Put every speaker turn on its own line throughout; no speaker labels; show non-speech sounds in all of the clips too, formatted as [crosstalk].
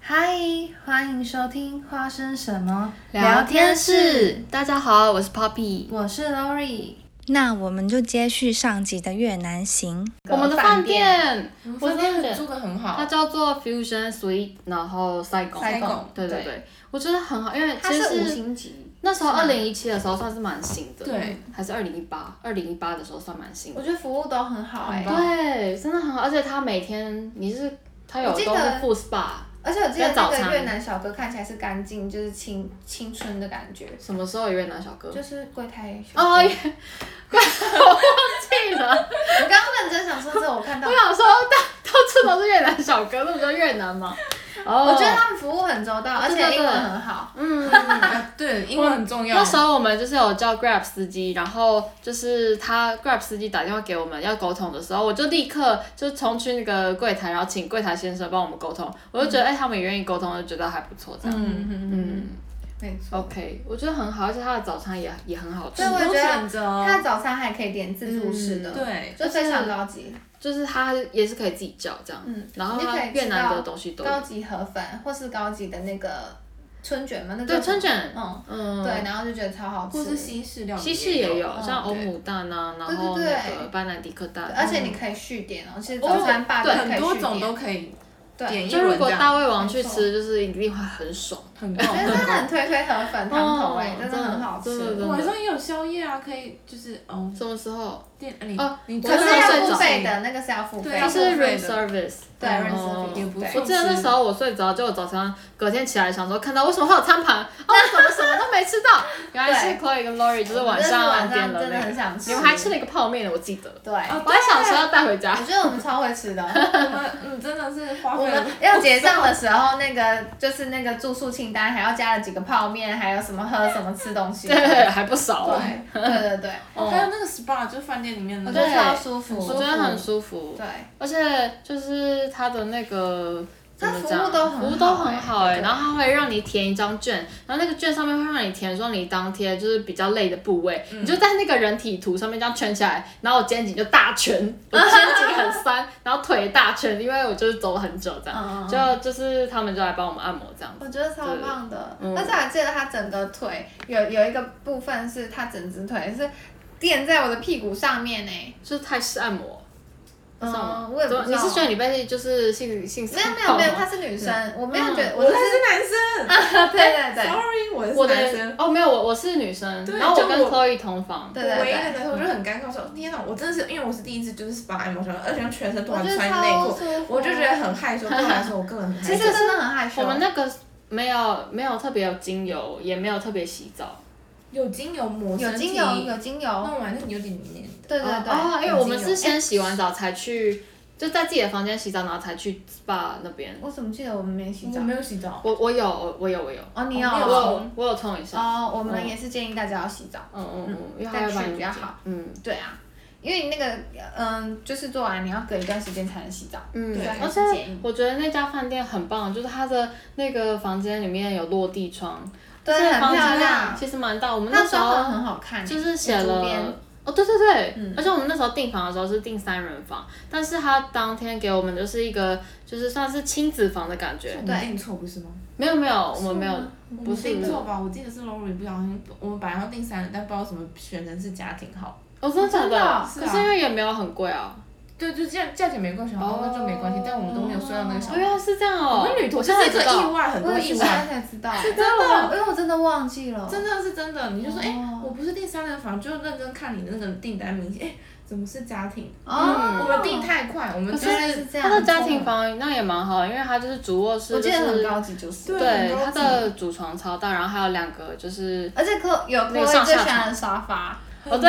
嗨，欢迎收听《花生什么》，
大家好，我是 Poppy。
我是 Lori。
那我们就接续上集的越南行，
我们的饭店，
我
我
真
真
的
的
住的很好
它，叫做 Fusion Suite，然后塞贡，
塞贡
对对
对
对，我觉得很好，因为
它
其
是五
实是
星级，
那时候
是吗
二零一七的时候算是蛮新的，
对，
还是二零一八，二零一八的时候算蛮新
我
的，
觉得服务都很好哎、
很棒
对，真的很好，而且它每天你是它有
我记得
都是副 SPA，
而且我记得那
早
个
餐
越南小哥看起来是干净，就是青青春的感觉，
什么时候有越南小哥？
就是柜台小哥。
哦，也我忘记了，
我刚刚认真想说，这我看到
我，想说到 [laughs] 到处都是越南小哥，那不叫越南吗？哦，
我觉得他们服务很周到，而且
对对对
英文很好。
嗯。
啊对，英文很重要
那。时候我们就是有叫 Grab 司机，然后就是他 Grab 司机打电话给我们要沟通的时候，我就立刻就冲去那个柜台，然后请柜台先生帮我们沟通。我就觉得，
嗯
哎、他们也愿意沟通，就觉得还不错这样。
嗯，
嗯
没错。
，OK，我觉得很好，而且他的早餐也也很好吃
对，我也觉得
选择哦
他的早餐还可以点自助式的，
嗯
对
就非常高级，
就是他也是可以自己叫这样。
嗯
然后
你就
他
可以
越南
吃到
的东西都有
高级河粉或是高级的那个春卷嘛，那
对
叫
春
什么，
卷，
嗯，
嗯，
对，然后就觉得超好吃，
或是西式料理，
西式也有，
嗯
像欧
对
姆蛋啊，然
对对
后
对
那个班兰迪克蛋啊
对，而
嗯
且你可以续点哦，其实
哦
早餐吧都可以续
很
点，
多种都可以
对
点
就
英
如
文
果
这
大
样，哎
胃王去
没错
吃，就是一定会很爽。
很够
我觉得真的
很
很
够。
推推河粉汤头哎
哦，
真的很好吃。
真的真的
晚上也有宵夜啊，可以就是哦，
什么时候？
店你
哦
你
可
我真
是
的
要
睡
付
着
费的，那个是要付费
对
的，
它
要
是
付费
room
的
service。哦
对
嗯
room service
也不
对
我
错
记得那时候我睡着，就我早上隔天起来想说，看到为什么会有餐盘，哦，我怎么什么都没吃到？原来是 Chloe 跟 Lori 就是晚上
晚
点
上
了
真的
那
很
个，
想吃，
你们还吃了一个泡面的，我记得。
对，
哦
我还想说要带回家
我。觉得我们超会吃的。
[laughs] 我们嗯真的是花
我
费
们
了
要结账
[laughs]
的时候，那个就是那个住宿清单，还要加了几个泡面，还有什么喝什么吃东西。
对， [laughs] 还不少哦。
对对对，
哦
还有那个 SPA 就是饭店里面的
我
那
觉
个，
得超舒服。
我觉得很舒服，
对，
而且就是它的那个。怎
它
么讲
服务都很好欸
服务都很好哎、
对
然后它会让你填一张卷，然后那个卷上面会让你填说你当天就是比较累的部位，
嗯
你就在那个人体图上面这样圈起来，然后我肩颈就大
[laughs]
圈，我肩颈很酸，然后腿大圈，因为我就是走很久这样，
嗯，
就就是他们就来帮我们按摩这样子，
我觉得超棒的。
对嗯
而且我记得它整个腿有有一个部分是它整只腿是垫在我的屁股上面呢。
就是泰式按摩，是吗
嗯，我也不知道。
你是觉得你被就是性性
没有没
骚
有
扰
没有，
吗
她是女生，我没有觉得，
我
我
才
是
嗯是男生
对对对。
，sorry，我
我
是
的
男生。
哦没有我我是女生，
对
然后我
就
跟
我
Chloe 同房，
对
我唯一的男生，我就很尴尬，我说天哪，我真的是因为我是第一次就是 SPA 按摩，而且用全身突
我
然
觉得
穿
超
内
舒
裤，
服，
我就觉得很害羞。对我来说，我个人很害
其
[laughs] 羞。
实真的很害羞。
我们那个
哦
没有没有特别有精油，也没有特别洗澡。
有精油抹
有
身体，嗯
精油，有精油，
弄完就有点黏的。
对对对。
哦，因为我们是
有精油
先洗完澡才去，就在自己的房间洗澡，然后才去 SPA 那边。
我怎么记得我们没洗
我
澡？
没有洗澡，
我我有我我有我有，
哦，你
哦
有
我
没有
哦
有我有冲一下。
哦，我们
嗯
也是建议大家要洗澡。
嗯嗯嗯，因为它
再
要把
去
你
比较
剪
好。
嗯
对啊，因为那个嗯，就是做完你要隔一段时间才能洗澡。
嗯
对，
而且
还是建议
我觉得那家饭店很棒，就是它的那个房间里面有落地窗，
对
这，个
很
房
漂
间
亮。
其实蛮大。我们
那
那时
装
候
潢很好看，
就是写
竹编
了。哦，对对对，
嗯
而且我们那时候订房的时候是订三人房，但是他当天给我们就是一个就是算是亲子房的感觉
我，
对
们订错不是吗？
没有没有，我们没有，
我
不
们
是
订错吧？我记得是 Lori 不小心，我们本来要订三人，但不知道什么选成是家庭号。
哦，真的假
真的
的
哦？
可是因为也没有很贵啊，
对，就价价钱没关系，好，那就没关系。但我们都没有算到那个小
哦，。原来是这样哦，
我们旅途
现
就
在才
是一个
知道
意外，很
我
多
也是
意
现
外，
在才知道，
真的。
因为我真的忘记了。
真的是真的，你就说哎、
哦
我不是订三人房，就认真看你那个订单明细，哎、怎么是家庭？嗯
哦，
我们订太快，我们
可
就是
原来是这样
他的家庭房那也蛮好的，因为他就是主卧室，
我记得
就是
很高级，就是。
对
对，
很高
他
级
的主床超大，然后还有两个就是，
而且可有可
那个上
以最
下
喜欢
床
的沙发，
哦对，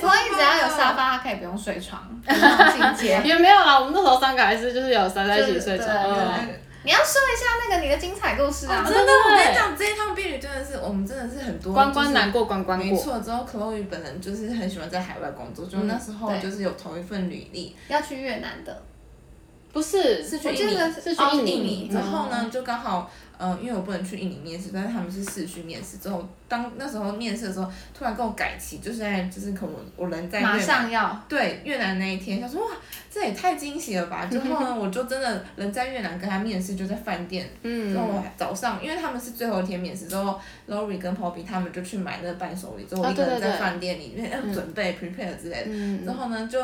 所以只要有沙发，它可以不用睡床，很境界。
也没有啦，我们那时候三个还是就是有塞在一起睡
就是
着，
对
嗯
对
你要说一下那个你的精彩故事啊！
真的，我跟你讲，这一趟避旅真的是我们真的是很多
关关。
就是
难过关关
没
过。
错，之后 Chloe 本人就是很喜欢在海外工作，就
嗯
那时候
对
就是有投一份履历，
要去越南的，
不是，
是去
我
印
记
尼，
得
是去
哦
印尼
印尼。
嗯
之后呢，就刚好呃，因为我不能去印尼面试，但是他们是市区面试。之后，当那时候面试的时候，突然跟我改期，就是在就是可能我我人在越
马
南
上要，
对越南那一天，想说哇，这也太惊喜了吧！之后呢，我就真的人在越南跟他面试，就在饭店。之后我
嗯，
还早上，因为他们是最后一天面试，之后 Lori 跟 Poppy 他们就去买那个伴手礼，之后我
啊
一个
对
人
对
在
对
饭店里面要准备 prepare 之类的。
嗯
之后呢，就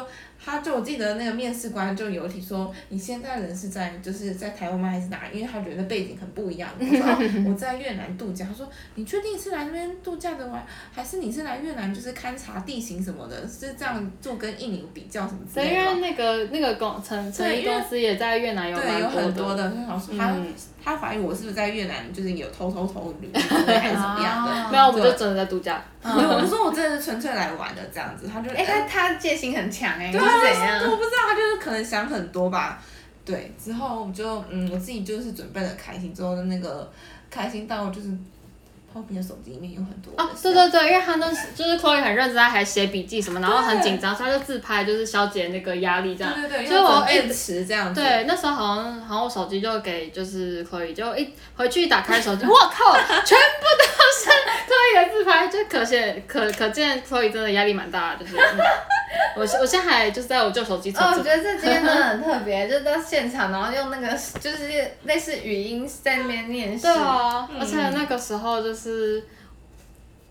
他就我记得那个面试官就有提说，你现在人是在就是在台湾吗？还是哪里？因为他觉得背景很不一样。我说、哦、我在越南度假。他说你确定是来那边度假的吗？还是你是来越南就是勘察地形什么的？是这样做跟印尼比较什么之
对，因
类的
为
吗？
那个那个公成成
对
立
因为
公司也在越南有
对，有
蛮
很
多
多
的，
的，就想说他、
嗯，
他怀疑我是不是在越南就是有偷偷偷旅还是怎么样
[laughs]
的。
啊
没有，我们就
对
真的在度假，
没有，我就说我真的是纯粹来玩的这样子，他就
哎，他他戒心很强哎，你
对
是
啊
怎样？
我不知道，他就是可能想很多吧。对，之后我就嗯，我自己就是准备的开心，之后的那个开心到就是，后面的手机里面有很多
哦
我的，
对
相
对对，因为他那时就是 Chloe 很认真，她还写笔记什么，然后很紧张，所以她就自拍，就是消解那个压力这样。
对对对，
所以我
一
一直
直这样子，
对，那时候好像好像我手机就给就是 Chloe，就一回去一打开手机， [laughs] 我靠，全部都是 Chloe 的自拍，就可见可可见 Chloe 真的压力蛮大的，就是。嗯我现我现在还就是在我旧手机存
哦，我
着
觉得这今天真的很特别，就到现场，然后用那个就是类似语音在那边念诗。
对啊，而且那个时候就是，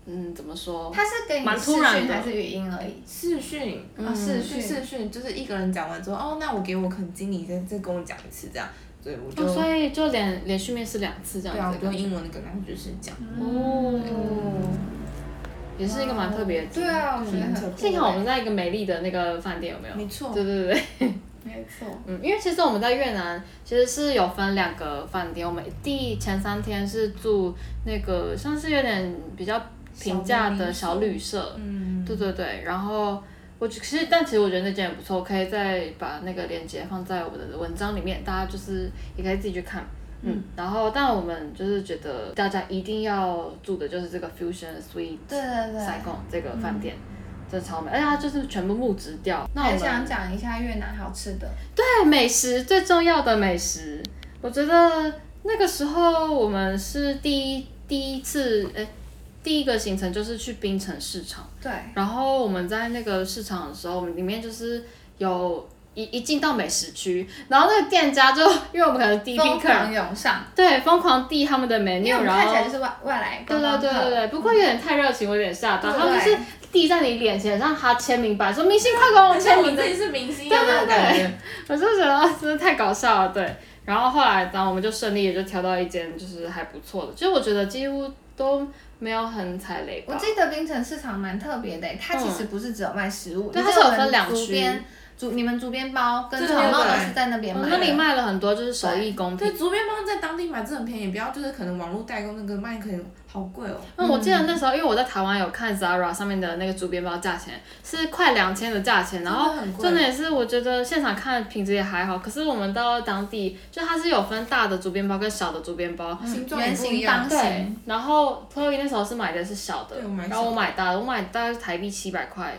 嗯，怎么说？
他是给你
蛮
视
突然
讯
的
还是语音而已？
视讯
啊，视
去
讯。
嗯视讯，就是一个人讲完之后，哦，那我给我可能经理再再跟我讲一次这样，所以我就、
哦所以就连连续面试两次这
对
样
啊，
子的
我就
感觉，
英文的跟他就是讲，
嗯哦，也是一个蛮特别的经
对
历。
啊，我觉得很
幸好我们在一个美丽的那个饭店，有没有？
没错，
对对对，
没错。
嗯，因为其实我们在越南其实是有分两个饭店，我们第前三天是住那个像是有点比较平价的小旅社，
嗯，
对对对，然后我其实但其实我觉得那间也不错，我可以再把那个链接放在我的文章里面，大家就是也可以自己去看。嗯，然后但我们就是觉得大家一定要住的就是这个 Fusion Suite
对对对。
塞贡这个饭店，真的超美，而且它就是全部木质调。那我
还
们
想讲一下越南好吃的，
对美食最重要的美食，我觉得那个时候我们是第一第一次，哎，第一个行程就是去槟城市场，
对，
然后我们在那个市场的时候，我们里面就是有一一进到美食区，然后那个店家就 [laughs] 因为我们可能第一批
疯
客
狂
人，
涌上，
对，疯狂递他们的 menu，
因为我们
然
看
后
起来就是外外来
对
观
对
光
对对
客。
对，不过有点太热情，我有点吓到，
对
他们就是递在你脸前，让他签名版，说明星快给我
而且我
签名
们
的
自己是明星的
对对
那种感
对
觉，
[laughs] 我就觉得哦真的太搞笑了，对。然后后来，然后我们就顺利也就挑到一间就是还不错的，其实我觉得几乎都没有很踩雷
我
吧。
记得槟城市场蛮特别的，它其实不是只有卖食物，
对
你知
它是有
道我们
分两
竹
区
编竹你们竹编包跟
对
草
对
帽
对
都是在那边
我
买
们
的。
哦那里卖了很多就是手艺工品
对，，竹编帮在当地买真的很便宜，不要就是可能网络代购那个卖可能好贵哦。
那我记得那时候，因为我在台湾有看 Zara 上面的那个竹编包，价钱是快两千的价钱，然后
真的很贵
真的也是我觉得现场看品质也还好，可是我们到当地就它是有分大的竹编包跟小的竹编包，
形状也
圆
不一
形
样
方
对
形，，
然后 Chloe 那时候是买的是小的
对我，买
然
小的
后我买大的，我买大概台币七百块，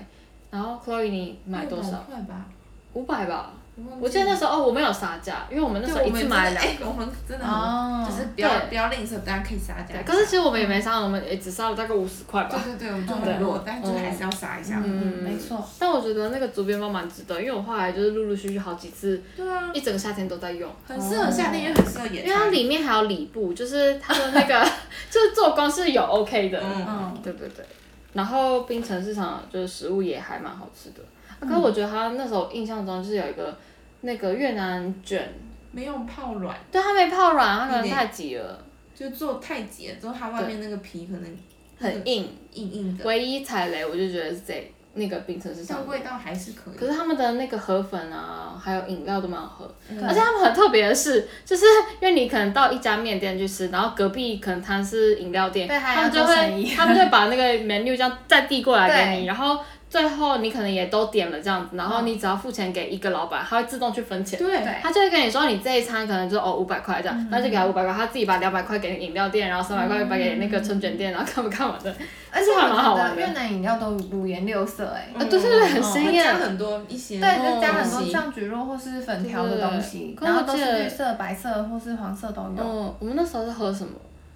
然后 Chloe 你买多
600
少？
块吧，
五百吧，
忘记
我记得那时候哦我没有杀价，因为我们那
对
时候
我
一
们
次
真
买
的
两。
哎，我们真的
哦
很就是不要
对
不要吝啬，大家可以杀价
对，
一下。
可是其实我
嗯
们也没杀，我们也只杀了大概五十块吧
对。对对，我们就很弱，但就是还是要杀一下。
嗯，没错。
但我觉得那个竹编包蛮值得，因为我后来就是陆陆续续好几次，
对啊，
一整个夏天都在用，
很适合夏天，也很适合野
因为它
餐。
里面还有里布，就是它的那
[laughs]
个就是做工是有 OK 的，
嗯，
嗯，
对对对。然后冰城市场就是食物也还蛮好吃的，啊、可是我觉得它那时候印象中就是有一个那个越南卷，
没有泡软，
对它没泡软，它可能
嗯
太挤了，
就做太挤了之后，它外面那个皮可能嗯
很硬。
硬硬的，
唯一踩雷我就觉得是这那个冰城市场
但
的
味道还是可以。
可是他们的那个河粉啊，还有饮料都蛮好喝，
对
而且他们很特别的是，就是因为你可能到一家面店去吃，然后隔壁可能摊是饮料店，
对还
他们
要
就
做生
会
意
他们就会把那个 menu 这样再递过来给你，然后最后你可能也都点了这样子，然后你只要付钱给一个老板，他会自动去分钱。
对
嗯对嗯
他就会跟你说，你这一餐可能就哦五百块这样，那就给他五百块，他自己把两百块给饮料店，然后三百块把给那个春卷店，然后干嘛干嘛的。
而且我
这还蛮好
觉
玩
得
的
越南饮料都五颜六色哎、
嗯
啊，对对对，很啊
会
鲜
加
艳。
很多一些
对，就加很
东
多
西
酱焗肉或是粉条的东西，
对对对
然后都
可是我
是
记得
绿色、白色或是黄色都有。
嗯，我们那时候是喝什么？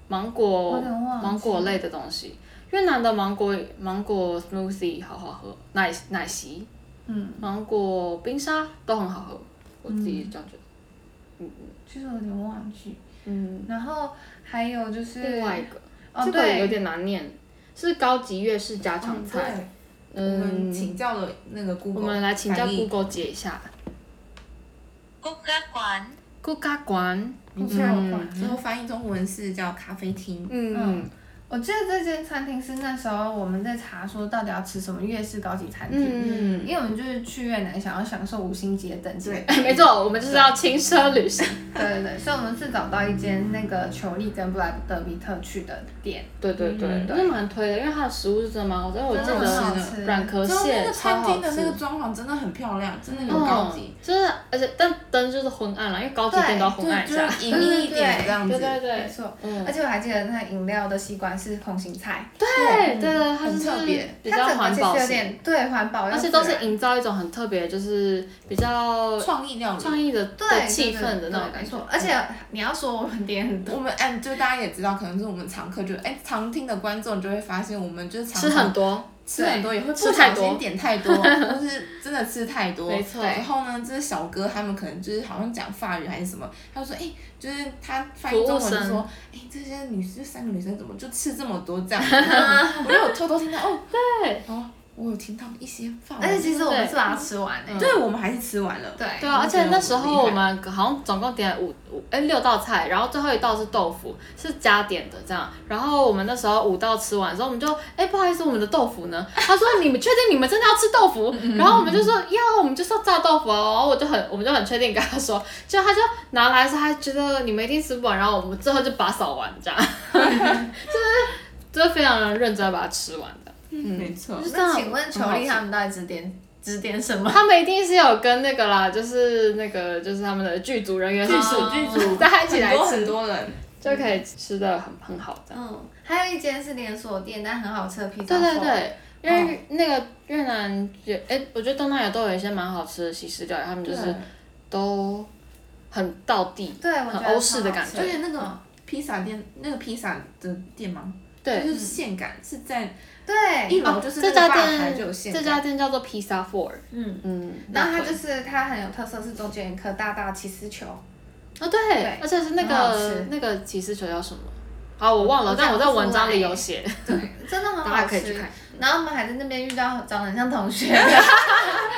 芒果
有点忘记
芒果类的东西。越南的芒果芒果 smoothie 好好喝，奶奶昔、
嗯，
芒果冰沙都很好喝，我自己这样觉得。
其实我有点忘记。
嗯，
然后还有就是，
另外一个，
哦
这个有
对，
点难念，是高级粤式家常菜。
啊对，我们
嗯，
请教了那个 Google，
我们来请教
翻译
Google 解一下。
Cúc các quán,
咕嘎馆，
你猜我快。
然后翻译中文是叫咖啡厅。
嗯
我记得这间餐厅是那时候我们在查说到底要吃什么粤式高级餐厅，
嗯，
因为我们就是去越南想要享受五星级的等级。
对
没错，我们就是要轻奢旅行。
[laughs] 对对对，所以我们是找到一间那个裘丽跟布莱德比特去的店，
对对对，
嗯
那蛮推的，因为它的食物是真的蛮好吃，因为我记
真的很好
得
吃。
软壳
之后那
蟹
个
超
餐
好
厅的那个
吃。
装潢真的很漂亮，真的有高
嗯
级，，
就是而且但灯就是昏暗了，因为高级店都要昏暗一
就
下。
是隐秘一点这样
哦对
子。
对
没
对，
错。
嗯
而，且我还记得那饮料的吸管是空心菜，
对对对，它就
很特
是
别
比较
它整个
环
其
保
实有
型，
点对环保，
而且都是营造一种很特别，就是比较
创意料理。
创意的
对
的气氛的那种
没
感觉嗯
错。。而且你要说我们点很
[laughs]
多，
我们哎，就大家也知道，可能是我们常客就，哎常听的观众就会发现，我们就是常
吃很多，
吃很多，也会
吃
不
太
小
多
心点太
[laughs]
多，就是真的吃太多。
没错
然后呢，这是小哥他们可能就是好像讲法语还是什么，他就说哎、就是他翻
服
译
务
中文就
生
说哎、这些女这三个女生怎么就吃这么多这样子？然后我就有偷偷听到哦，
[laughs] 对，
哦，我有听到一些法文。
而且其实我们是把它吃完欸诶、
嗯
对，我们还是吃完了。
对，
对啊，
我
而
觉得
且那
我
时
很
候我
厉害
们好像总共点了五五哎六道菜，然后最后一道是豆腐，是加点的这样。然后我们那时候五道吃完之后，我们就哎不好意思，我们的豆腐呢？他说你们确定你们真的要吃豆腐？然后我们就说要，我们就是要炸豆腐哦。然后我就很我们就很确定跟他说，就他就拿来的时候，他觉得你们一定吃不完，然后我们最后就把它扫完这样， [laughs] 就是就是非常认真地把它吃完的。
没错
就。是这样
那请问裘
很好
丽
吃
他们到底只点只点什
[laughs]
么？
他们一定是有跟那个啦，就是那个就是他们的剧组人员
剧
是
组剧组
[laughs] 大家一起来
很多
吃，
很多人，
就可以吃的很很好这样。
嗯，还有一间是连锁店，但很好吃的披萨。
对对。
哦
对，因为那个越南也，哎、我觉得东南亚都有一些蛮好吃的西式料理，他们就是都很道地，
对，我觉
很
得
欧式的感
超好
而
吃
觉。
且那个披萨店，那个披萨的店吗？
对，
就是现擀是在一
对，
楼，
哦
就是
这
那个
家
吧台就有
店，
现
这
擀。
家店叫做披萨 Four，
嗯。
嗯，
然后它
那
就
会
是它很有特色，是中间有一颗大大起司球，
哦对，而且是那
很好
个
吃
那个骑士球叫什么？啊，我忘了，
我
但我在
讲不出
文章里
来
欸
有写，
真的很
大
好
家可以去
吃
看。。
然后我们还在那边遇到长得很像同学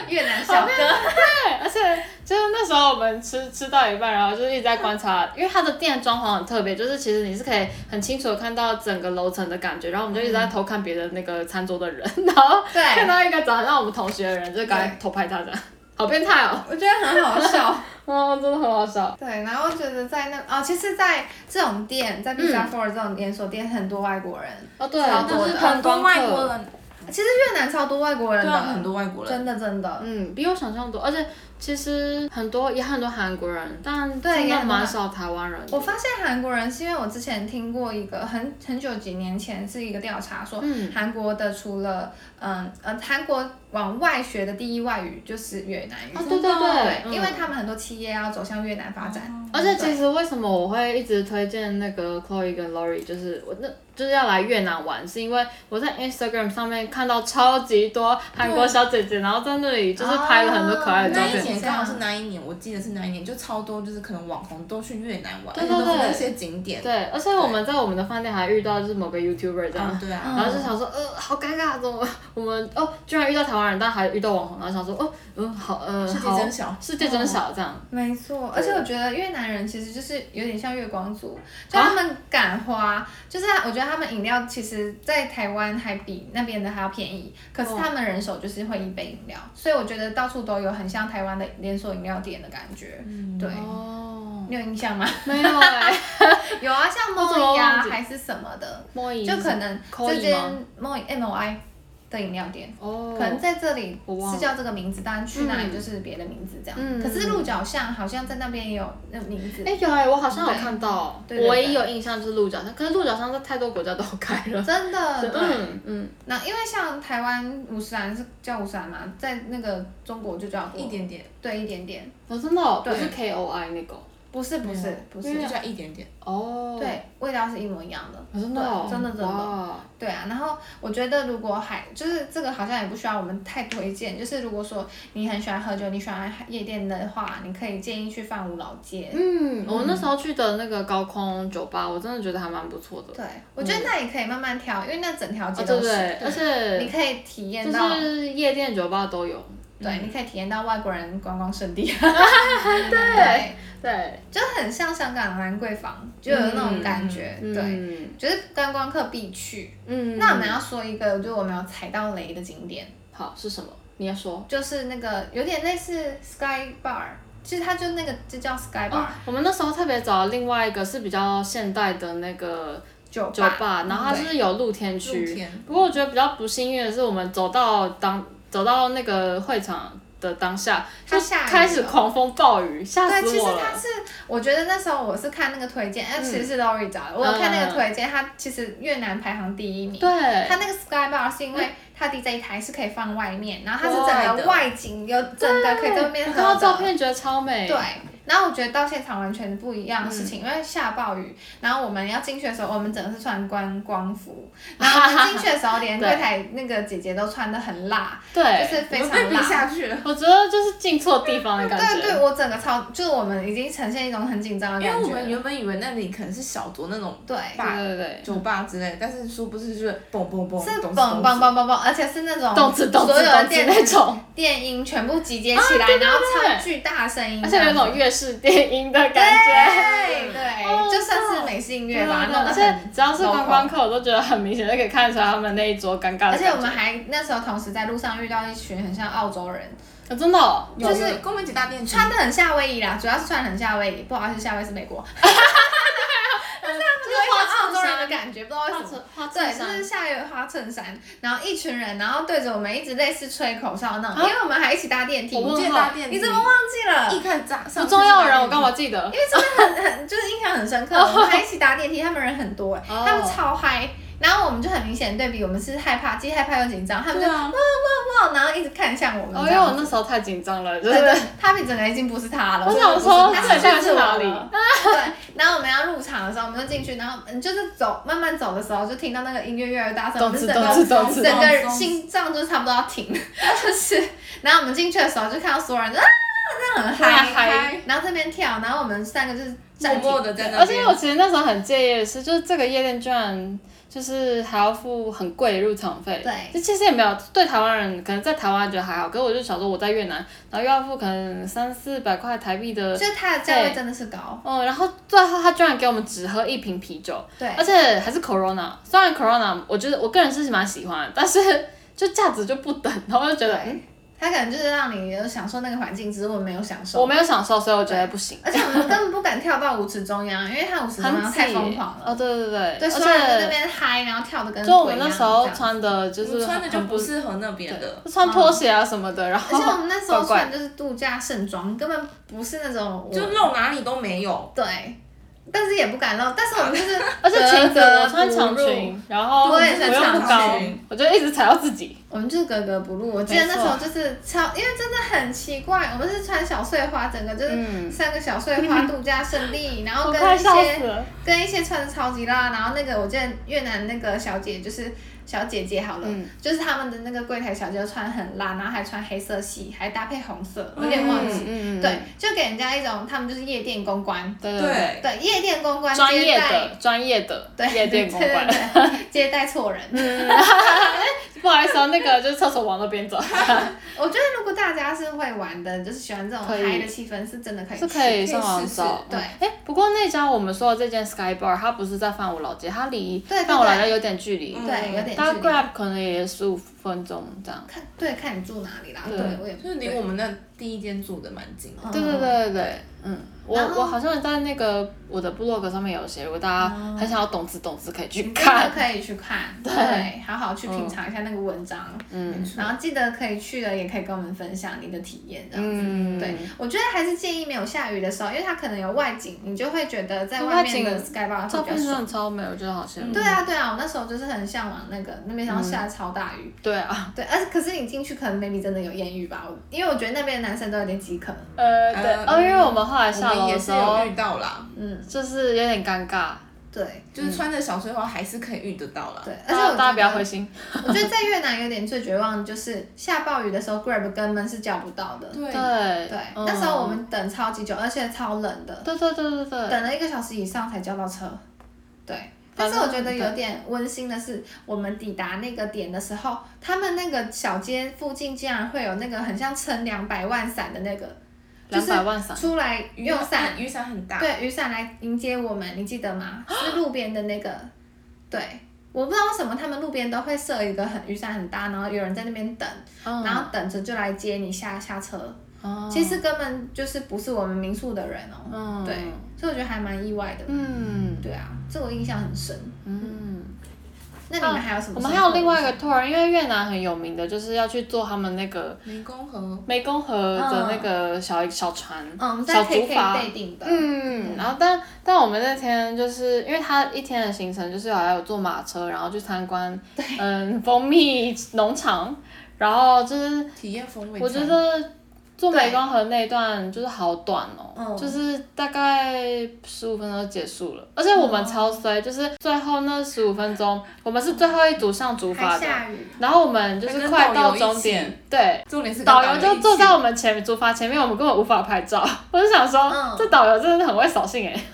越南小哥，
对，而且就是那时候我们吃吃到一半，然后就是一直在观察，因为它的店装潢很特别，就是其实你是可以很清楚的看到整个楼层的感觉，然后我们就一直在偷看别的那个餐桌的人， [laughs] 然后
对
看到一个长得像我们同学的人，就赶快偷拍他这样，好变态哦，
我觉得很好笑。
哦，真的很好笑。
对，然后觉得在那哦，其实，在这种店，在 Pizza Four 这种连锁店，很多外国人，
哦，对，
超
就
多
是
的
观
很多
光
外国
客，
人，
其实越南超多外国人
对
的，
啊，很多外国人。
真的真的，
嗯，比我想象多，而且其实很多也很多韩国人，但
对
真
也
的
很多
蛮
韩
少台湾人的。
我发现韩国人是因为我之前听过一个很很久几年前是一个调查说，
嗯
韩国的除了嗯呃韩国往外学的第一外语就是越南语，
啊，对对
真的哦
对，嗯
因为他们很多企业要走向越南发展，
而且其实为什么我会一直推荐那个 Chloe 跟 Lori，就是我那就是要来越南玩，是因为我在 Instagram 上面看到超级多韩国小姐姐，然后在那里就是拍了很多可爱的照
那一
哦
片。
年刚好是哪一年？我记得是哪一年，就超多，就是可能网红都去越南玩，
对对
都是
对
那些景点。
对，而且我们在我们的饭店还遇到就是某个 YouTuber 这样。
啊，对啊。
然后就想说，呃，好尴尬，怎么我们哦，居然遇到台湾人，但还遇到网红，然后想说，哦，嗯，好，呃，
世界
好
真小
世界真小，这样，
没错，而且我觉得越南人其实就是有点像月光族，就他们敢花，就是我觉得他们饮料其实，在台湾还比那边的还要便宜，可是他们人手就是会一杯饮料，所以我觉得到处都有很像台湾的连锁饮料店的感觉。对，
哦，
嗯
你有印象吗？
没有
[laughs]
哎、
[laughs] 有啊，像 [laughs]
我怎么
Moi 呀、
忘记
还是什么的，
莫伊
就可能
可
这
以
间
吗
Moi M O I 的饮料店。
哦，
可能在这里
我忘了
是叫这个名字，当然去那里就是别的名字这样。
嗯
可是鹿角巷好像在那边也有那个名字，
哎、有哎、我好像有看到，
对对对
我也有印象就是鹿角巷，可是鹿角巷在太多国家都开了。
真的。 [laughs] 对
嗯嗯，
那因为像台湾五十岚是叫五十岚嘛，在那个中国就叫过
一，点点，
对，一点点，
我真的哦不
对
是 K O I 那个哦
不是不是不是
就，叫一点点。
哦，
对，味道是一模一样的。
哦，真的哦
对真的真的
哇
对啊，然后我觉得如果还就是这个好像也不需要我们太推荐，就是如果说你很喜欢喝酒，你喜欢夜店的话，你可以建议去范五老街。
嗯，我那时候去的那个高空酒吧，我真的觉得还蛮不错的。
对，我觉得那也可以慢慢挑，因为那整条
嗯哦，
街
对
都是，
对，而
你
且
可以体验
就
到，
是夜店酒吧都有。
对，你可以体验到外国人观光圣地， [laughs]
对对，
就很像香港兰桂坊，就有那种感觉，对，
嗯
就是观光客必去。
嗯
那我们要说一个，就我们有踩到雷的景点，
好是什么？你要说。
就是那个有点类似 Sky Bar，其实它就那个就叫 Sky Bar、
哦，我们那时候特别找了另外一个是比较现代的那个
酒吧，
哦
嗯
酒吧，然后它
对
是有露天区。
露天
不过我觉得比较不幸运的是，我们走到当走到那个会场的当下，
它
就
下雨
开始
了
狂风暴雨，吓
对，
死
其实
我
它
了。嗯
是，我觉得那时候我是看那个推荐，哎、其实是 Lori 找的，我有看那个推荐，它其实越南排行第一名。
对，嗯
它那个 Sky Bar 是因为它 DJ 台是可以放外面，然后它是
哇
整个外景，有整个可以在外面
我
喝
看到
的
照。片觉得超美。
对，嗯然后我觉得到现场完全不一样的事情，因为下暴雨，然后我们要进去的时候，我们整个是穿观光服，然后我们进去的时候， [laughs] 连柜
对
台那个姐姐都穿的很辣，
对，
就是非
我
常
们被比
辣。
下去了。
我觉得就是进错地方的感
对
觉。
对，我整个超，就是我们已经呈现一种很紧张的
[laughs] 因为
感
我
觉。
们原本以为那里可能是小酌那种
对，
吧
对对对
酒吧之类，但是殊不知就是嘣嘣嘣，
是
咚
蹦蹦
子咚子
蹦蹦蹦，而且是那种
动次动次
所有的
动次
电
那种，
[laughs] 电音全部集结起来，然后
对
超巨大声音，
而且有种
乐
粤式电音的感觉。
对
哦
对，就算是美式音乐吧，
对
弄
而
得
且
很
只要是观光
local。
客，我都觉得很明显就可以看得出来他们那一桌尴尬的感觉。
而且我们还那时候同时在路上遇到一群很像澳洲人，
哦真的哦
就
有
是
有宫本几大店
穿的很夏威夷啦，主要是穿得很夏威夷，不好意思，夏威夷是美
[laughs]
国，啊
嗯就是
澳洲人的感觉，不知道为什
花
么
衬。花
对，
衬
就
衫
是夏威夷花衬衫，然后一群人，然后对着我们一直类似吹口哨那种，因为我们还一起搭电梯，
啊我
我
问
见大店，
你怎么忘记了？
一看炸，
不
不
重要的人，我干嘛记得
因？为真的很很就是印象很深刻，我们还一起搭电梯，他们人很多哎、
哦
他们超嗨，然后我们就很明显对比，我们是害怕，既害怕又紧张，他们
对
就
啊，
哇，然后一直看向我们
哦，
这
因为
样
我
子，
那时候太紧张了，就
对对
是，
他们整个已经不是他了，
我
真的
想
不是
说
他
这里到底是
是
哪
我
里
了对，然后我们要入场的时候，我们就进去，然后嗯就是走慢慢走的时候，就听到那个音乐越来越大声，我
动
们
次
整个
动次动次
整。个心脏就差不多要停，就是，然后我们进去的时候就看到所有人就啊，那很
大
嗨，
嗨
然后这边跳，然后我们三个就是
默
站
默的在那边，
而且我其实那时候很介意的是，就是这个夜店居然就是还要付很贵的入场费。
对
这其实也没有对台湾人，可能在台湾觉得还好，可是我就想说我在越南，然后又要付可能三四百块台币的。
就是它的价位真的是高，
哦，然后最后他居然给我们只喝一瓶啤酒，
对，
而且还是 Corona。虽然 Corona，我觉得我个人是蛮喜欢的，但是就价值就不等，然后我就觉得，嗯，
它可能就是让你有享受那个环境，只是我们没有享受。
我没有享受，所以我觉得不行。
而且我们根本不敢跳到舞池中央，因为它舞池中央
很
太疯狂
哦，
了。
对对对，
对，所有人在那
而
边嗨，然后跳的跟
且
鬼一
就
样
我们那时候
这样
穿的就
我
是
穿的就
很
不适合那边的
就。穿拖鞋啊什么的，然后
嗯而且我们那时候
怪怪
穿就是度假盛装，根本不是那种我
就露哪里都没有，
对，但是也不敢露，但是我们就是
[laughs] 而且裙子
格格
我穿长
不入
裙，然后我
对
又
穿
不
长
高
裙，
我就一直踩到自己。
我们就是格格不入。我记得那时候就是超，因为真的很奇怪，我们是穿小碎花，整个就是
嗯
三个小碎花度假胜
[laughs]
利，然后
我
跟
快
一
笑
些
死了！
跟一些穿的超级辣，然后那个我记得越南那个小姐就是小姐姐好了，
嗯
就是他们的那个柜台小姐就穿很辣，然后还穿黑色系，还搭配红色，我有点忘记。
嗯
对，，就给人家一种他们就是夜店公关，
对对对，
对，
对夜店公关
专
接
业
待
的，专业的
[laughs] 对
夜店公关。嗯
对对对 [laughs] 接待错人。
不好意思啊，那个就是厕所往那边走，
我觉得如果大家是会玩的，就是喜欢这种
可以
嗨的气氛，是真的可以去。
是可以上网找。
对
哎、不过那家我们说的这间 Sky Bar，它不是在范武老街，它离
对对
范武老街有点距离，
嗯
对，有点距
搭
离。
Grab 可能也十五分钟这样。
看对，看你住哪里啦。
对
对，我也不
就是离我们那第一间住的蛮近的。
对对对对对，嗯，我
然后
我好像在那个我的部落格上面有写，如果大家很想要懂字懂字，可以去
真的
看。
哦嗯可以去看，对，好好去品尝一下那个文章，
嗯
然后记得可以去了也可以跟我们分享你的体验，这样子。
嗯，
对，我觉得还是建议没有下雨的时候，因为它可能有外景，你就会觉得在
有
外
外
面
景
的 sky bar 会
照
比较
片真
爽
的。超美，我觉得好羡慕。
对啊，对啊，我那时候就是很向往那个，那边想要下
嗯
超大雨。
对啊，
对，而可是你进去可能 maybe 真的有艳遇吧，我因为我觉得那边的男生都有点饥渴。
呃，对，
呃
哦，因为我们后来下
我们
楼
也
的
是
时
有
候，
遇到啦，
嗯，
就是有点尴尬，
对
嗯
就是穿着小碎花还是可以遇得到啦。
对，而
大
且
家
我
哦大家
觉
不要
得
灰心。
我觉得在越南有点最绝望，就是下暴雨的时候，Grab 根本是叫不到的。
对
对
对
对，嗯
那时候我们等超级久，而且超冷的，
对对对对对，
等了一个小时以上才叫到车。对，但是
反
我
正
觉得
对
有点温馨的是，我们抵达那个点的时候，他们那个小街附近竟然会有那个很像撑两百万伞的那个，就是
两百万伞，
出来用伞，
雨伞很大。
对，雨伞来迎接我们，你记得
[gasps]
吗？是路边的那个，对。我不知道为什么他们路边都会设一个很雨伞很大，然后有人在那边等，
嗯
然后等着就来接你下下车。
哦
其实根本就是不是我们民宿的人哦、
嗯
对，所以我觉得还蛮意外的。
嗯
对啊，这我印象很深。
嗯。
那你们还有什么、
啊我们还有另外一个 tour，因为越南很有名的就是要去做他们那个
湄公河，
湄公河的那个小、小船，
嗯，我们在
小竹
KK
筏。
day 定的，
嗯，然后但但我们那天就是因为他一天的行程就是还有坐马车，然后去参观嗯蜂蜜农场，然后就是
体验风味餐。
我觉得坐
对
湄公河那一段就是好短哦，
嗯
就是大概十五分钟就结束了，而且我们超衰，就是最后那十五分钟，我们是最后一组上竹筏
还
的，
下雨，
然后我们就是快到终
还跟
点，对。
重点是跟
导游
一
就
起
坐在我们前竹筏前面，我们根本无法拍照。我就想说，
嗯
这导游真的很会扫兴哎。 [laughs]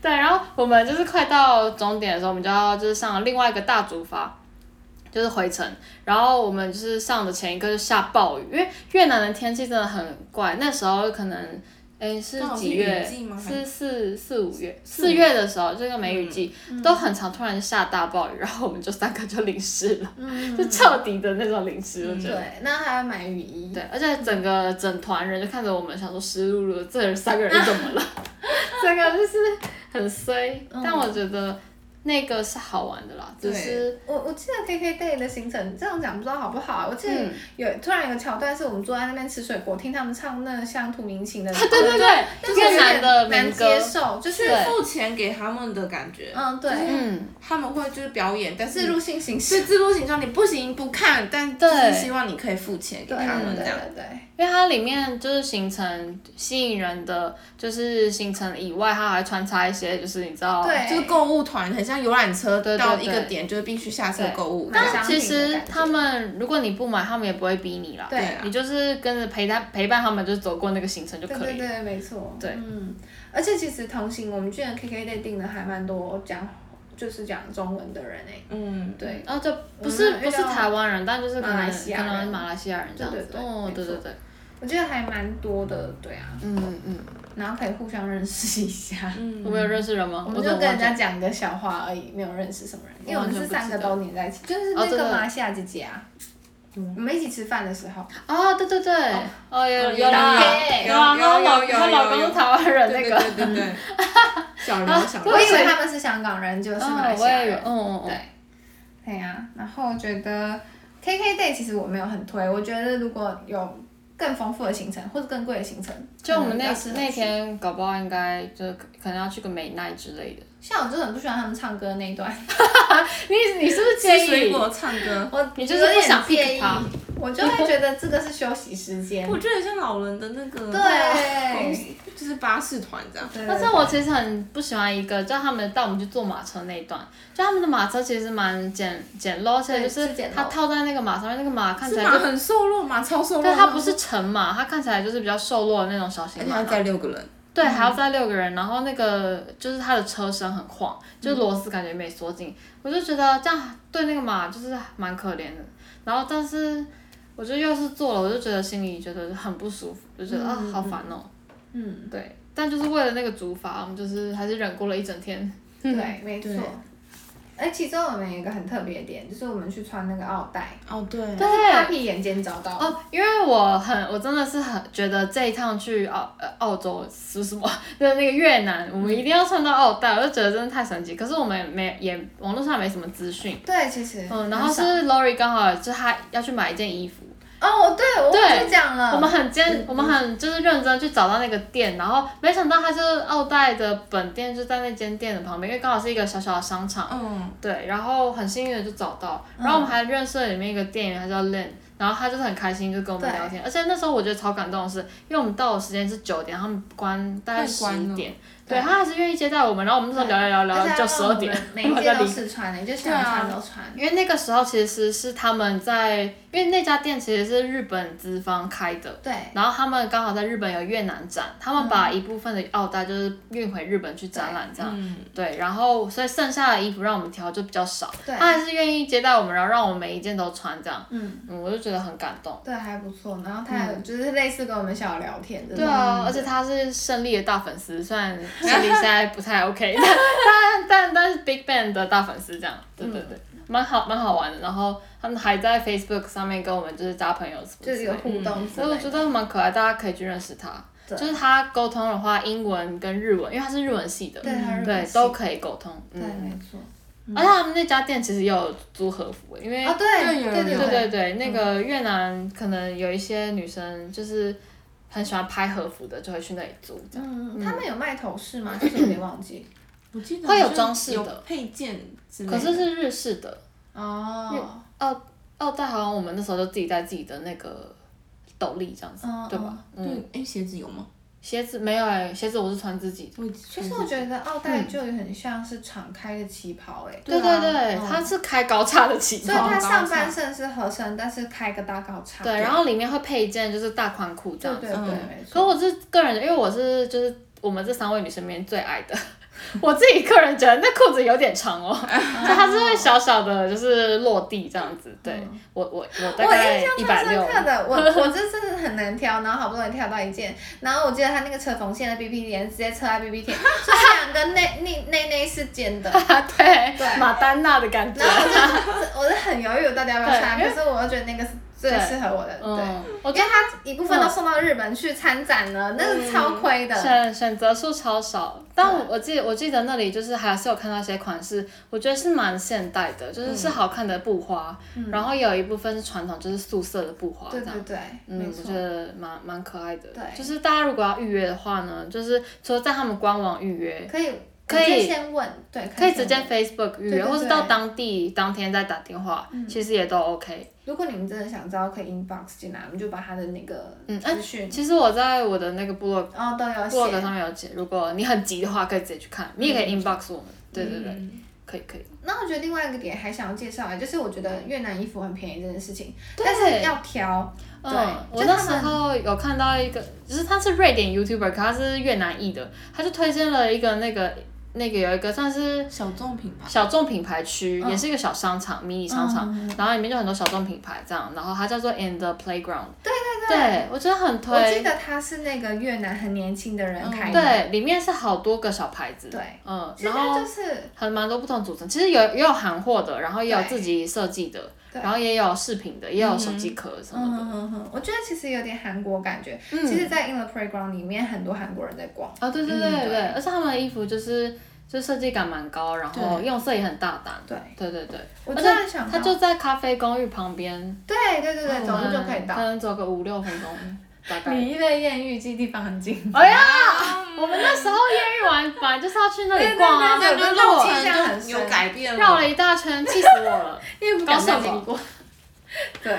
对，然后我们就是快到终点的时候，我们就要就是上另外一个大竹筏，就是回程。然后我们就是上的前一个就下暴雨，因为越南的天气真的很怪，那时候可能。诶，是
刚好是嗯
几月？
雨季吗还
是四四五月，四月的时候，这个梅雨季、都很常突然就下大暴雨，然后我们就三个就淋湿了，
嗯
就彻底的那种淋湿，我觉得。
嗯对，那还要买雨衣，
对，而且整个整团人就看着我们，想说湿漉漉的，这三个人是怎
[laughs]
么了？ [laughs] 这个就是很衰，
嗯
但我觉得那个是好玩的啦，只
对
是
我我记得 KK day 的行程，这样讲不知道好不好？我记得
嗯
有、突然有个桥段是我们坐在那边吃水果，听他们唱那乡土民
[laughs]
情的歌，
对对对，
就是有
越南
点
的
难
民歌
接，受，就是
是付钱给他们的感觉，
嗯对，
嗯，
他们会就是表演，但是
自入性形式，
是自助形象，你不行不看，但就
对
是希望你可以付钱给
对
他们
对
这
对
样。
对对。
因为它里面就是行程吸引人的，就是行程以外，它还穿插一些，哦就是你知道，
对
就是购物团，很像游览车，
对对
到一个
对
点就是必须下车
对
购物。
但
这样
但其实他
商品的
们，如果你不买，他们也不会逼你啦。
对
啊
你就是跟着陪他陪伴他们，就走过那个行程就
对
可
对
以了。
对，没错。
对
嗯，而且其实同行，我们居然 KK day 订了还蛮多讲就是讲中文的人诶、
嗯，
对，
然后哦就不
我
是
们遇
不
到
是台湾人，但就是可能
马来西亚人
可能马来西亚人这样子。
对对对
哦
没，错
对对对，
我觉得还蛮多的，对啊，
嗯嗯，
然后可以互相认识一下。
我们有认识人吗？
我们
怎
就
么
跟人
忘记
家讲个笑话而已，没有认识什么人，因为我们是三个都黏在一起，就是
哦
那
真
个
的
马来西亚姐姐啊，我们一起吃饭的时候，
哦，对对对，哦有
有
有啦
有
有啦，
有
她老
有有
她老公
有
是台湾人那
嗯对
个，
对对对对， [laughs] 小
啊
聊小
对
我
聊，
以为哦他们是香港人，就是马来
嗯，
西
我
亚
也有，
人
嗯。嗯嗯
对，对呀、然后我觉得 KK day 其实我没有很推，我觉得如果有更丰富的行程或者更贵的行程，
就我们那
可能比较适合
那
去，
天搞不好应该就可能要去个美奈之类的。
像我就很不喜欢他们唱歌那一段，
你你是不是
吃
介
水
意？
果唱歌，
我
你就是
有
不
点
想
介
pick
意
他，
我就会觉得这个是休息时间。 [laughs]
我觉得很像老人的那个公司
对，
就是巴士团这样。
对
但是我其实很不喜欢一个，叫他们带我们去坐马车那一段，就他们的马车其实蛮简简陋，而且就
对是
是
简陋
它套在那个马上面，那个马看起
是
来
马
就，
很瘦弱嘛，超瘦弱。
对，它不是，乘马，它看起来就是比较瘦弱的那种小型
而且嗯
马
要。载六个人，
对，还要载六个人，然后那个就是它的车身很晃，就
嗯
螺丝感觉没缩紧，我就觉得这样对那个马就是蛮可怜的。然后但是我就又是坐了，我就觉得心里觉得很不舒服，就觉得、啊
嗯
好烦哦、
嗯，
对，嗯但就是为了那个竹筏，我们就是还是忍过了一整天。
对，没错
对。
哎，其中我们有一个很特别的点，就是我们去穿那个奥黛，
哦，对，
但是 Papi 眼尖找到的，
哦，因为我很，我真的是很觉得这一趟去澳呃澳洲是什么， [laughs] 就是那个越南，我们一定要穿到奥黛，我就觉得真的太神奇。可是我们也没也网络上没什么资讯，
对，其实
嗯，然后
很
是
少
Lori 刚好就是她要去买一件衣服，
哦，对，我
对
忘记讲了，
我们很坚，我们很就是认真去找到那个店，然后没想到它就是奥黛的本店，就在那间店的旁边，因为刚好是一个小小的商场，
嗯，
对，然后很幸运的就找到，然后我们还认识了里面一个店员，他叫 Lin，然后他就是很开心就跟我们
对
聊天，而且那时候我觉得超感动的是，因为我们到的时间是九点，他们关大概
快
十
关了
点，
对
对他还是愿意接待我们，然后我们那时候聊聊聊聊
而且
聊
他
就
让
十
我
二
们
点， [laughs]
每
然
一
后就
件都
离开。
试穿的，就
啊
想穿都穿，
因为那个时候其实是他们在，因为那家店其实是日本资方开的，
对，
然后他们刚好在日本有越南展，他们把一部分的奥黛就是运回日本去展览
嗯
这样，对，然后所以剩下的衣服让我们挑就比较少，
对
他还是愿意接待我们，然后让我们每一件都穿这样，
嗯，
嗯，我就觉得很感动。
对，还不错。然后他还有就是类似跟我们小聊天的，
嗯对啊，而且他是胜利的大粉丝，虽然胜利现在不太 [laughs] OK，但但但但是 Big Bang 的大粉丝这样，对对对，蛮好蛮好玩的。然后他们还在 Facebook 上面跟我们就是交朋友什么之
就
类
是
的，
有互动之
嗯所以我
类
觉
的。
得蛮可爱，大家可以去认识他。
对
就是他沟通的话，英文跟日文，因为他是日文系的，
对他日文
对
系
都可以沟通。
对，没
嗯，
错。
而且他们那家店其实也有租和服，欸因为
哦，对
对有
对
有
对
对对对，那个越南可能有一些女生就是很喜欢拍和服的，就会去那里租这样。
嗯，他们有卖头饰吗？就是有点忘记。
我记得
会有
好像
装饰的
有配件之类的，
可是是日式的，
哦，
奥奥黛好像我们那时候就自己带自己的那个斗笠这样子，
嗯
对吧？嗯，
对，哎，鞋子有吗？
鞋子没有哎、鞋子我是穿自己的。
我
其实我觉得奥黛
嗯
就很像是敞开的旗袍哎，
对
对啊
对对，它是开高叉的旗
所以
袍，
它上半身是合身，但是开个大高叉。
对，然后里面会配一件就是大宽裤这
对
样
对
子。
对，
嗯
没
可
错。
我是个人，因为我是就是我们这三位女生里面最矮的， [laughs] 我自己个人觉得那裤子有点长哦，就它是会小小的，就是落地这样子。对我我我大
嗯我
概
印
一
象
百
超
六
深，刻的，我我这真的很难挑，然后好不容易挑到一件，然后我记得他那个车缝线的 BB 点直接车在 BB 点，所以两个内内内内是尖
[laughs]
的。
对
对
马丹娜的感觉
然。后我就我就很犹豫，我到底要不要穿，
对
可是我又觉得那个是最
对
适合我的，对。
嗯，我
因
觉
为它一部分都送到日本去参展了，那是超亏的
得。选选择数超少，但我我记得我记得那里就是还是有看到一些款式，我觉得是蛮现代的，就是
嗯
是好看的布花，然后有一部分是传统，就是素色的布花这
对
样。
对对，
嗯，
没
我
错
觉。得蛮蛮可爱的。
对
就是大家如果要预约的话呢，就是除了在他们官网预约，
可以，
可以
直接先问，对，
可以
先
直接
问
Facebook 预
对对
约，或是
对
到当地当天再打电话，其实也都 OK。
如果你们真的想知道，可以 inbox 进来，我们就把他的那个
嗯哎
资讯，
其实我在我的那个部落
然后都有
部落格上
写。
面有写，如果你很急的话，可以直接去看，你也可以 inbox 我们。对对对，
嗯
可以可以。
那我觉得另外一个点还想要介绍，啊就是我觉得越南衣服很便宜这件事情，
对
但是要挑，对
嗯，我
就
那
他
时
们
候有看到一个，就是他是瑞典 YouTuber，可他是越南裔的，他就推荐了一个那个那个有一个算是
小众品牌，
小众品牌区，也是一个小商场、迷你商场，
嗯
然后里面就很多小众品牌这样，然后它叫做 In the Playground。对对对，我觉得很
我记
推。嗯
得他是那个越南很年轻的人开的，
对，里面是好多个小牌子。
对
嗯，
其实
然
它
后
就是
很蛮多不同组成，其实有也有韩货的，然后也有
对
自己设计的，
对
然后也有饰品的，也有手机壳什么的。
嗯嗯嗯，我觉得其实有点韩国感觉。
嗯
其实，哦在 In the Playground 里面，很多韩国人在逛。
啊、对对对对，而且他们的衣服就是就设计感蛮高，然后用色也很大胆。
对
对对对，
我
而
突
且
然想
它
到
就在咖啡公寓旁边，
对对
哦
对对，走路就可以
可
到。
能走个五六分钟，大概。
离被艳遇这地方很近。
哎呀，我们那时候艳遇完，本来就是要去那里逛啊，
对对对对
那
对
路
印象
程
很
就
深
有改变
绕了一大圈，气死
[laughs]
我了，
因为不
高
敢再
速
经
经
过。
[laughs] 过，
对，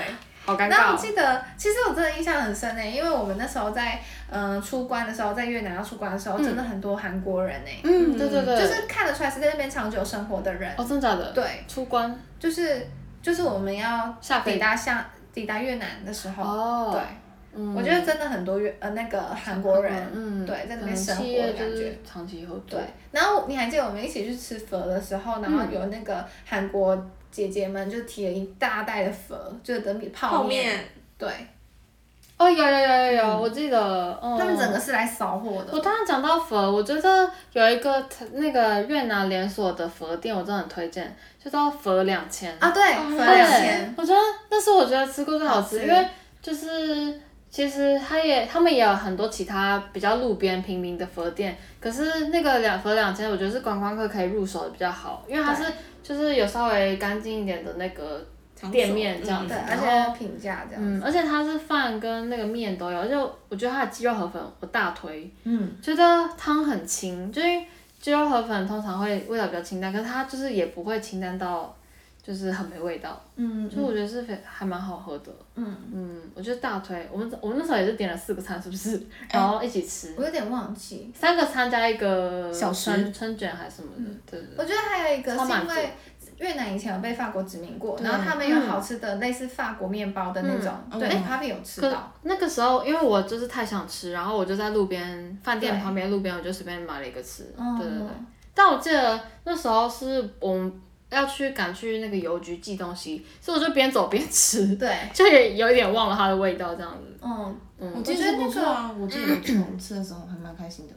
好尴
然后
尬
我
哦。
记得，其实我真的印象很深呢、欸因为我们那时候在嗯、呃出关的时候，在越南要出关的时候，真的很多韩国人呢、欸
嗯，对嗯对对，
就是看得出来是在那边长久生活的人。
哦，真的假的？，
对，
出关
就是就是我们要
下飞
抵
机
达下抵达越南的时候，
哦
对。
嗯
我觉得真的很多越呃那个韩国人，
嗯，
对，在那边
可能
生活的
企业
感
就
觉
是。长期合作
对，，然后你还记得我们一起去吃粉的时候，然后
嗯
有那个韩国姐姐们就提了一大袋的粉，就是等米泡
后面
对，
哦，有有有有有，我记得，嗯、
他们整个是来扫货
我
的。
刚刚讲到佛，我觉得有一个那个越南连锁的佛店，我真的很推荐，就叫佛两千
啊，对，
哦
粉
对
两千，
我觉得那是我觉得吃过最好吃，
好吃
因为就是其实它也他们也有很多其他比较路边平民的佛店，可是那个两佛两间，我觉得是观光客可以入手的比较好，因为它是就是有稍微干净一点的那个
场所
店面这样子
对，
嗯
而
然
且
后
平价这样。
嗯，而且它是饭跟那个面都有，而且我觉得它的鸡肉河粉我大推，
嗯，
觉得汤很清，就是鸡肉河粉通常会味道比较清淡，可是它就是也不会清淡到就是很没味道，
嗯
所以我觉得是非还蛮好喝的。
嗯，
嗯，我觉得大推，我们我们那时候也是点了四个餐，是不是？
哎
然后一起吃，
我有点忘记。
三个餐加一个
小嗯吃
春春卷还是什么的，对对
我
对。
觉得还有一个
超
是
满
因
足
为越南以前有被法国殖民过，
对
然后他们有好吃的类似法国面包的那种，
嗯
对
嗯
，Papi 有吃
可
到。
那个时候，因为我就是太想吃，然后我就在路边饭店
对
旁边路边，我就随便买了一个吃。
嗯
对对对。但我记得那时候是我们要去赶去那个邮局寄东西，所以我就边走边吃，
对，
就也有一点忘了它的味道这样子。
嗯，
我
嗯，
记得是不错啊，我记得有吃，我们吃的时候还蛮开心的。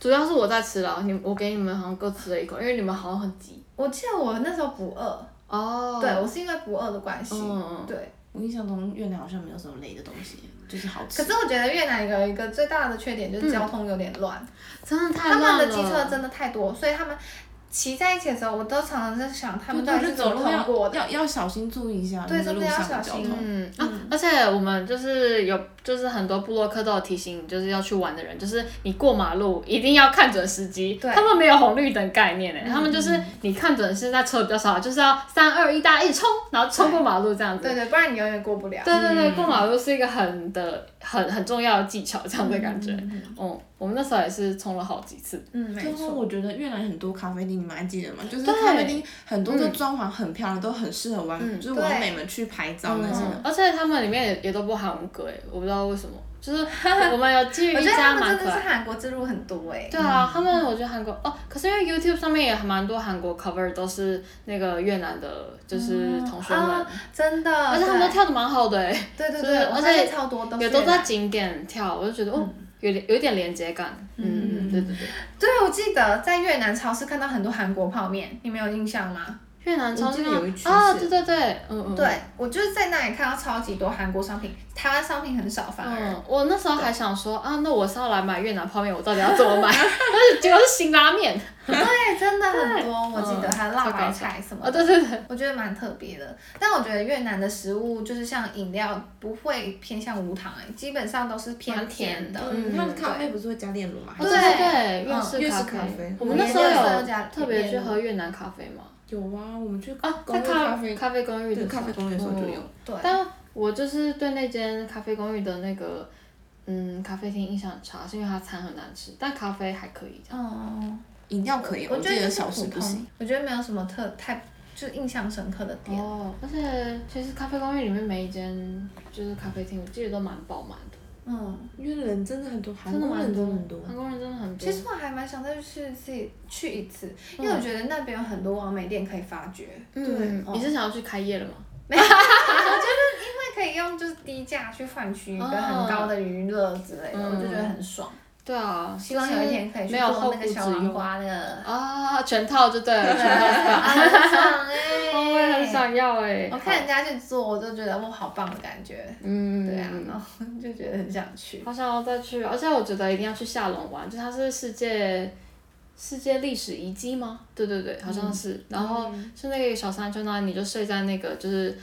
主要是我在吃了，你我给你们好像各吃了一口，因为你们好像很急。
我记得我那时候不饿，
哦，
对我是因为不饿的关系，
嗯嗯
对。
我印象中越南好像没有什么累的东西，就是好吃。
可是我觉得越南有一个最大的缺点就是交通有点乱，
真的太
他们
乱
的
了。
机车真的太多，所以他们骑在一起的时候，我都常常在想他们到底
就是
怎
走
么
路
通过
要
的。
要要小心注意一下，
对
就是
真
路
的要
上的
小
交
心
通。
嗯啊，而且我们就是有，就是很多部落客都有提醒，就是要去玩的人，就是你过马路一定要看准时机。
对
他们没有红绿灯概念诶、他们就是你看准现在车比较少，就是要三二一大家一起冲，然后冲过马路这样子
对。对，不然你永远过不了。
对对对，过马路是一个很的很很重要的技巧，这样的感觉。嗯，我们那时候也是冲了好几次。
嗯，没
最后
错。
我觉得越南很多咖啡厅，你们还记得吗？就是咖啡厅很多
嗯
都装潢很漂亮，都很适合玩，就是完美们去拍照那些
嗯
的。，
而且他们里面也也都不韩文歌诶，我不知道为什么，就是我们有基于
我
一
觉得他
家
们真
蛮可
的
爱
是。韩国之路很多哎、
对啊，他们我觉得韩国哦，可是因为 YouTube 上面也蛮多韩国 cover 都是那个越南的，就是同学们，
啊真的。
而且他们都跳的蛮好的哎，
对对
就
对，
是
我
而
发现
且
超多哦都是
也都
越
在
南
景点跳，我就觉得哦，有点有点连接感，嗯，对对对，
对，我记得在越南超市看到很多韩国泡面，你们有印象吗？
越南超市
我记得有一区
啊，对
是
对对，嗯嗯，
对，啊我就是在那里看到超级多韩国商品，台湾商品很少，反而。
嗯，我那时候还想说啊，那我是要来买越南泡面，我到底要怎么买？ [laughs] 但是结果是辛拉面，
对，真的很多，我记得
嗯
还有辣
超
白
搞
菜什么
啊，
的。
对对对，
我觉得蛮特别的。但我觉得越南的食物就是像饮料，不会偏向无糖、欸，基本上都是偏
蛮
甜
甜
的
的。
嗯，他们咖啡不是会加炼乳吗？
哦
对
对
嗯
对，
越
越
式
式
咖啡
我们那时候
我们那时候
有
加
特别去
炼乳
喝越南咖啡嘛。
有啊，我们去
啊，
公
在
寓咖
咖
啡，
咖啡公寓
对
的
咖啡
时候
公寓的时候就有
嗯。
对，
但我就是对那间咖啡公寓的那个嗯咖啡厅印象很差，是因为它餐很难吃，但咖啡还可以。
嗯，
饮料可以，
我觉
记
得
得
就是
小时
普
不行
通。，我觉得没有什么特太就是印象深刻的点。
哦，而且其实咖啡公寓里面每一间就是咖啡厅，我记得都蛮饱满的，
嗯，
因为人真的很多，韩
真的嗯
国人
蛮
真的很多。
韩国人真的很多
其。实我还蛮想再去自己去一次，因为我觉得那边有很多完美店可以发掘。
嗯
对，
你是想要去开业了吗？
没有，我觉得因为可以用就是低价去换取一个很高的娱乐之类的，
哦
我就觉得很爽。
对啊，
希望有一天可以
就是
去
没啊有后
做
顾
那
之
个小黄
忧
瓜那个
啊，全套就对了，全套。
啊很爽哎、
我也很想要哎，
我看人家去做，我就觉得哇，好棒的感觉。
嗯，
对啊，然后就觉得很想去。
好想要再去，而且我觉得一定要去下龙湾，就它是世界世界历史遗迹吗？对对
嗯
对，好像是。然后是那个小山丘，然后你就睡在那个就是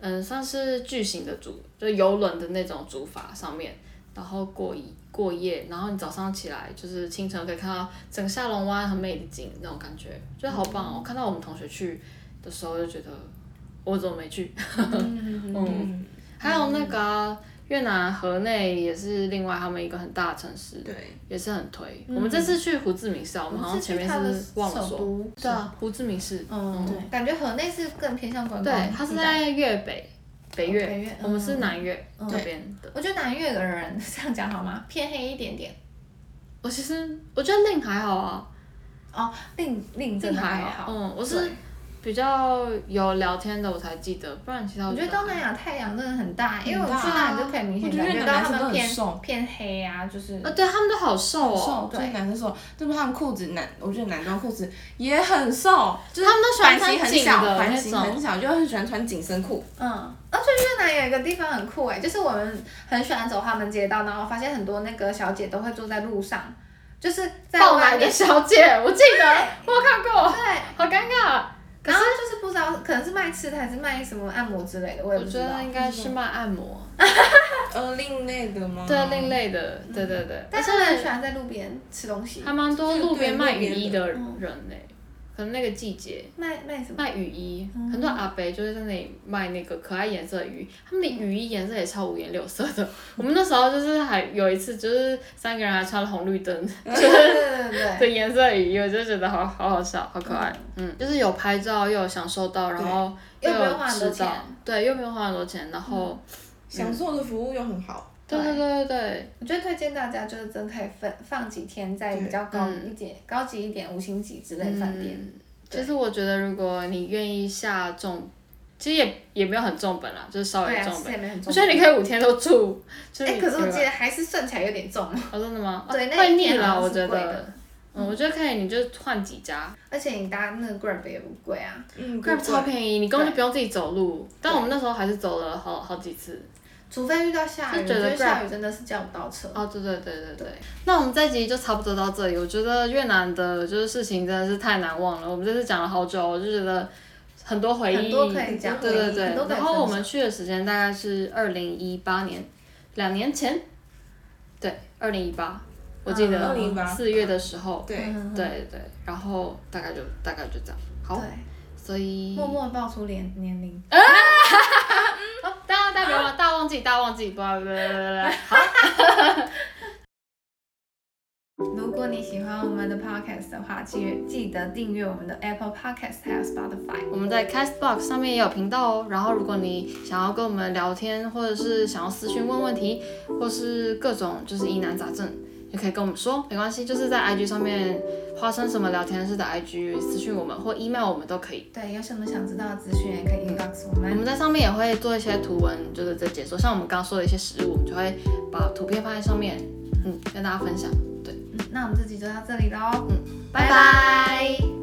嗯，算是巨型的竹，就是游轮的那种竹筏上面，然后过一过夜，然后你早上起来就是清晨可以看到整个下龙湾很美的景那种感觉，觉得好棒
嗯
哦！看到我们同学去的时候就觉得我怎么没去？
嗯
嗯，
还有那个啊、越南河内也是另外他们一个很大的城市，
对，
也是很推。我们这次去胡志明市啊，我们好像前面
嗯我们是去
是
它的
忘了
首
说
都，
对啊，胡志明市，嗯
嗯，
对
感觉河内是更偏向观光。
对，它是。在越北，北
哦北越
越，我们是南越
嗯
那边的。
我觉得南越的人这样讲好吗？偏黑一点点。
我其实我觉得令还好啊，
哦，令令真哦
令
的
还
还好。
嗯，我
对
是比较有聊天的我才记得，不然其他
我觉得
都
东南亚太阳真的很大，因为我
很大
去那里就可以明显感觉到他们
我觉得越南男生都很瘦
偏偏黑啊，就是
啊，对他们都好瘦
很
哦，
瘦，就是男生瘦，对不？他们裤子男，我觉得男装裤子也很瘦，就是
他们都喜欢
版型
穿
很
紧的
小，
那
版型
种
很小，就很喜欢穿紧身裤。
嗯，而且越南有一个地方很酷哎、就是我们很喜欢走他们街道，然后发现很多那个小姐都会坐在路上，就是在
爆
外
奶
面
的小姐， [laughs] 我记
[laughs]
得我有看过，
对，
好尴尬。啊
然后就是不知道可能是卖吃的还是卖什么按摩之类的，我也
我
不知
觉
道
得。应该是卖按摩，
呃，另类的吗？
对另。类的，对对对。
嗯但是
是
他们很喜欢在路边吃东西
还，蛮多路边卖雨衣的
对路
人呢、可能那个季节
卖卖
[laughs]
什么？
卖雨衣，
嗯
很多阿伯就是在那里卖那个可爱颜色的雨衣，他们的雨衣颜色也超五颜六色
[laughs]
的。我们那时候就是还有一次，就是三个人还穿了红绿灯，
对对对对对。
对颜色雨衣，我就觉得好好好笑，好可爱。嗯，就是有拍照，又有享受到，然后
又不
有
用花很多
吃到
钱，嗯
对，又没有花很多钱，然后
享受的服务又很好，
对对对对对。
我觉得推荐大家就是真可以分放几天在比较高
嗯
一点、高级一点五星级之类的饭店。对
其实我觉得，如果你愿意下重，其实也也没有很重本啦，就是稍微
对啊，
重
其实
本。
也没很
我
重
觉得你可以五天都住，就是
哎、
你
可是我
对吧
记得还是算起来有点重，
哦，真的吗？
对
哦
那
会
一
腻
天好
啦，
像
我
是
觉
贵
得
的。
嗯，我觉得可以，你就换几家，
而且你搭那个 Grab 也不贵啊。
嗯，
Grab 超便宜，你根本就
对
不用自己走路。但我们那时候还是走了好好几次。
除非遇到下雨，
就觉
我觉
得
得下
Grab-
雨真的是叫不到车。
哦，对对对对对。那我们这集就差不多到这里。我觉得越南的就是事情真的是太难忘了。我们这次讲了好久，我就觉得很多回忆，
很多可以讲
对对对
很多。可以分
然后
享
我们去的时间大概是二零一八年，两年前，对，二零一八，我记得
嗯2018
四月的时候，
对
嗯
对对对。然后大概就大概就这样。好，
对，
所以
默默爆出年年龄。
呃哦大家大家别忘大忘记大忘记，不不不不不。
如果你喜欢我们的 podcast 的话，记得记得订阅我们的 Apple Podcast 还有 Spotify。
我们在 Castbox 上面也有频道哦。然后，如果你想要跟我们聊天，或者是想要私讯问问题，或是各种就是疑难杂症，也可以跟我们说，没关系，就是在 IG 上面花生什么聊天室的 IG 私讯我们或 email 我们都可以。
对，有什么想知道的资讯也可以 inbox 我
我们
们。
在上面也会做一些图文，就是在解说，像我们刚刚说的一些食物，我们就会把图片放在上面，嗯，跟大家分享。对，
嗯那我们这集就到这里喽，
嗯，
拜
拜拜
拜